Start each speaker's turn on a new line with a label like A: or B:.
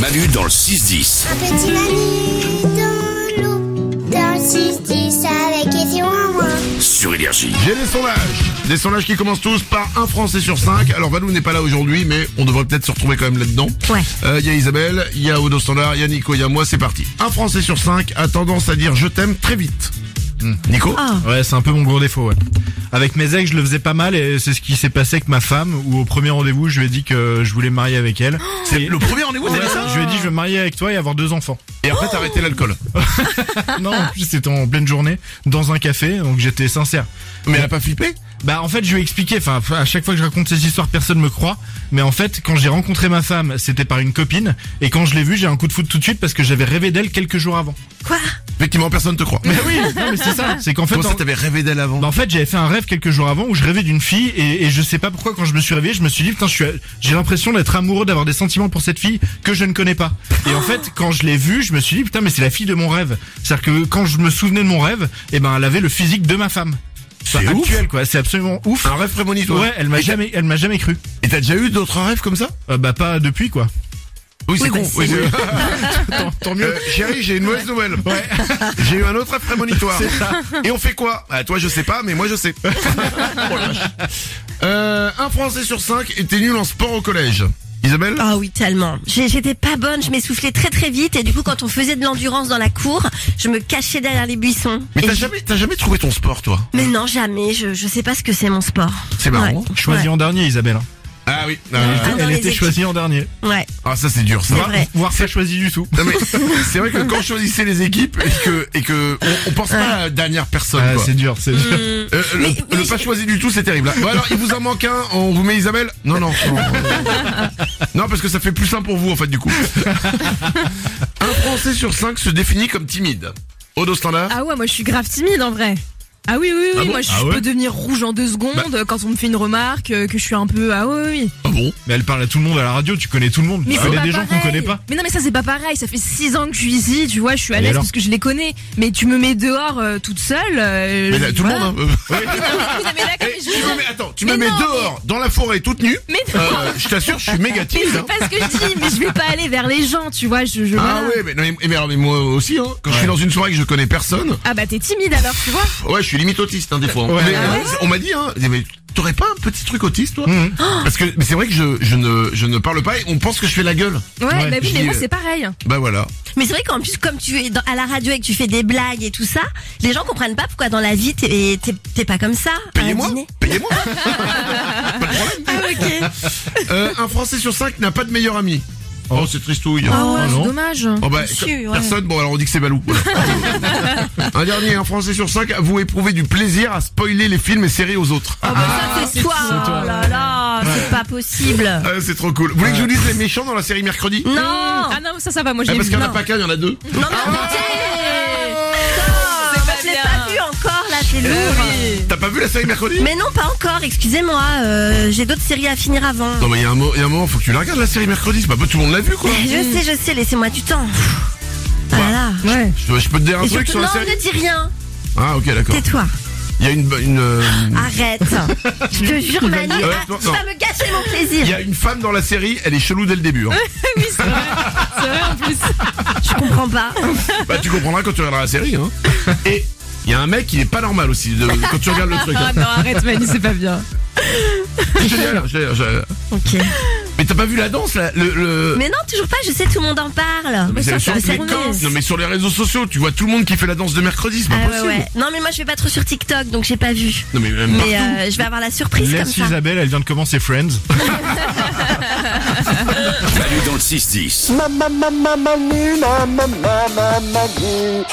A: Manu dans le 6-10.
B: Un petit Manu dans l'eau, dans le 6-10 avec Effet Ouin-Ouin.
A: Sur Énergie.
C: J'ai les sondages. Des sondages qui commencent tous par un Français sur cinq. Alors Valou n'est pas là aujourd'hui, mais on devrait peut-être se retrouver quand même là-dedans.
D: Ouais.
C: Euh, Il y a Isabelle, il y a Odo Standard, il y a Nico, il y a moi, c'est parti. Un Français sur cinq a tendance à dire je t'aime très vite. Nico
D: Ah,
E: Hmm. Ouais, c'est un peu mon gros défaut, ouais. Avec mes ex, je le faisais pas mal et c'est ce qui s'est passé avec ma femme où au premier rendez-vous, je lui ai dit que je voulais me marier avec elle.
C: C'est le premier rendez-vous,
E: Ouais,
C: t'as dit ça
E: je lui ai dit je veux me marier avec toi et avoir deux enfants.
C: Et après t'as arrêté l'alcool.
E: Non, en plus c'était en pleine journée dans un café, donc j'étais sincère.
C: Mais elle a pas flippé
E: Bah en fait, je lui ai expliqué, enfin à chaque fois que je raconte ces histoires, personne me croit, mais en fait, quand j'ai rencontré ma femme, c'était par une copine et quand je l'ai vue, j'ai un coup de foudre tout de suite parce que j'avais rêvé d'elle quelques jours avant.
D: quoi
C: Effectivement, personne te croit.
E: Mais oui, non mais c'est ça, c'est qu'en fait
C: Comment ça
E: en-
C: t'avais rêvé d'elle avant
E: Bah, en fait, j'avais fait un rêve quelques jours avant où je rêvais d'une fille et, et je sais pas pourquoi quand je me suis réveillé, je me suis dit putain, je suis, j'ai l'impression d'être amoureux, d'avoir des sentiments pour cette fille que je ne connais pas. Et en fait, quand je l'ai vue, je me suis dit putain, mais c'est la fille de mon rêve. C'est-à-dire que quand je me souvenais de mon rêve, et ben elle avait le physique de ma femme.
C: C'est
E: Enfin,
C: ouf.
E: actuel quoi, c'est absolument ouf.
C: Un rêve prémonitoire.
E: Ouais, elle m'a
C: Et t'as-
E: jamais, elle m'a jamais cru.
C: Et t'as déjà eu d'autres rêves comme ça
E: Euh, bah pas depuis quoi.
C: Oui, c'est
D: Oui,
C: con.
D: bah,
C: Oui,
D: c'est-
C: oui.
E: Tant, tant mieux.
C: Euh, chérie, j'ai une mauvaise nouvelle. J'ai eu un autre après monitoire. Et on fait quoi Ah, Toi, je sais pas, mais moi, je sais. Oh, la vache. Euh, un Français sur cinq était nul en sport au collège. Isabelle
D: Ah oui, tellement. J'ai- J'étais pas bonne, je m'essoufflais très très vite et du coup quand on faisait de l'endurance dans la cour, je me cachais derrière les buissons.
C: Mais
D: Et
C: t'as
D: je-
C: jamais, t'as jamais trouvé ton sport, toi
D: Mais non, jamais, je, je sais pas ce que c'est mon sport.
C: C'est marrant.
D: Ouais.
E: Choisie en dernier, Isabelle. hein.
C: Ah oui. euh,
D: Ah, dans
E: elle
D: les
E: était choisie en dernier.
D: Ouais,
C: Ah, ça, c'est dur, ça.
D: C'est vrai.
E: Voire pas choisie du tout.
C: Non, mais c'est vrai que quand on choisissait les équipes et que, et que on, on pense pas à la dernière personne.
E: Ah,
C: quoi.
E: c'est dur, c'est dur.
C: Euh, le,
D: Mais- mais
C: le pas choisi du tout, c'est terrible. hein. Bon, alors, il vous en manque un, on vous met Isabelle Non, non. Non, Non, parce que ça fait plus simple pour vous, en fait, du coup. un Français sur cinq se définit comme timide. Odo standard
F: Ah ouais, moi je suis grave timide en vrai. Ah oui, oui, oui,
C: Ah Bah bon
F: moi je,
E: Ah
F: je
E: ouais
F: peux devenir rouge en deux secondes quand on me fait une remarque, euh, que je suis un peu. Ah oui, oui.
C: Ah bon
E: Mais elle parle à tout le monde à la radio, tu connais tout le monde.
F: Mais
C: Ah
E: tu
F: c'est
E: connais
F: pas
E: des gens qu'on
F: pareil.
E: connaît pas.
F: Mais non, mais ça c'est pas pareil. Ça fait six ans que je suis ici, tu vois, je suis à
E: Et
F: l'aise
E: alors
F: parce que je les connais. Mais tu me mets dehors euh, toute seule. euh,
C: Mais là,
F: je-
C: tout le
F: voilà.
C: monde, hein. Euh,
F: Mais non, mais d'accord, mais
C: eh,
F: je-
C: tu me mets, attends, tu me
F: Mais
C: mets
F: non,
C: dehors, dans la forêt, toute nue.
F: Mais non,
C: Euh, je t'assure, je suis méga
F: mais
C: timide.
F: c'est
C: hein.
F: pas ce que je dis, mais je vais pas aller vers les gens, tu vois. Je, je-
C: Ah
F: voilà.
C: ouais, mais, non, mais- mais alors, mais moi aussi, hein. Quand je suis
E: Ouais.
C: dans une soirée que je connais personne,
F: Ah bah t'es timide alors, tu vois.
C: ouais, je suis limite autiste, hein, des fois. hein.
E: Ouais.
C: Mais,
E: Ah
C: euh, on m'a dit, hein, mais t'aurais pas un petit truc autiste, toi
E: Mhm.
C: Parce que mais c'est vrai que je, je, ne, je ne parle pas et on pense que je fais la gueule.
F: Ouais, bah oui,
C: je
F: mais
C: dis,
F: moi
C: euh,
F: c'est pareil.
C: Bah voilà.
D: mais c'est vrai qu'en plus comme tu es dans- à la radio et que tu fais des blagues et tout ça, les gens comprennent pas pourquoi dans la vie t'es t'es- t'es pas comme ça. à un
C: Payez-moi.
D: dîner.
C: Payez-moi. pas de problème.
D: Ah ok.
C: Euh, un Français sur cinq n'a pas de meilleur ami. Oh, c'est tristouille.
F: Ah ouais,
E: non.
F: c'est dommage.
C: Oh, bah,
D: Sûr,
C: comme
D: ouais.
C: personne. Bon, alors on dit que c'est Balou. Voilà. un dernier, un Français sur cinq avoue éprouver du plaisir à spoiler les films et séries aux autres.
D: Oh, bah, ça, c'est toi. Oh là là, c'est pas possible.
C: Ah, c'est trop cool. Vous voulez que je vous dise les méchants dans la série mercredi
D: Non.
F: Ah non, ça, ça va, moi je
C: Eh,
F: l'ai
C: Parce
F: vu.
C: qu'il n'y en a
F: Non.
C: pas qu'un, il y en a deux. Ah,
D: Non mais arrêtez Attends,
F: Ah. pas
D: Je l'ai
F: bien.
D: pas vu encore là, c'est
F: Euh,
D: lourd.
F: oui.
C: T'as pas vu la série mercredi
D: Mais non, pas encore, excusez-moi, euh, j'ai d'autres séries à finir avant.
C: Non, mais il y, a un mo- il y a un moment, faut que tu la regardes la série mercredi. C'est pas tout le monde l'a vu, quoi.
D: Mais Eh, je sais, je sais, laissez-moi du temps. Voilà.
F: Ouais.
C: Je, je peux te dire un
D: Et
C: truc
D: surtout,
C: sur
D: non,
C: la série
D: ne dis rien,
C: Ah, ok, d'accord.
D: tais-toi,
C: Il y a une. une euh,
D: arrête. je te jure, Manu,
C: Euh,
D: ah,
C: non,
D: tu
C: non.
D: vas me gâcher mon
C: Il y
D: plaisir.
C: a une femme dans la série, elle est chelou dès le début. hein.
F: Oui, c'est vrai. C'est vrai en plus.
D: Je comprends pas.
C: bah tu comprendras quand tu regarderas la série. Hein. Et il y a un mec, il est pas normal aussi de, quand tu regardes le truc.
F: Ah
C: hein.
F: non, arrête Manu, c'est pas bien.
C: Génial, génial, génial.
D: Ok.
C: Mais t'as pas vu la danse là le, le-
D: Mais non, toujours pas, je sais, tout le monde en parle.
C: c'est-
D: ça,
C: sur,
D: ça
C: mais
D: me
C: quand-
D: laisse.
C: non mais sur les réseaux sociaux, tu vois tout le monde qui fait la danse de mercredi, c'est pas
D: Ah ouais,
C: possible.
D: ouais. Non, mais moi je vais pas trop sur TikTok, donc j'ai pas vu.
C: Non mais même
D: Mais euh, je vais avoir la surprise comme
E: Laisse
D: ça.
E: Isabelle, elle vient de commencer Friends.
A: Manu dans le 6-10.
G: ma ma ma ma ma nu, ma ma ma ma ma nu.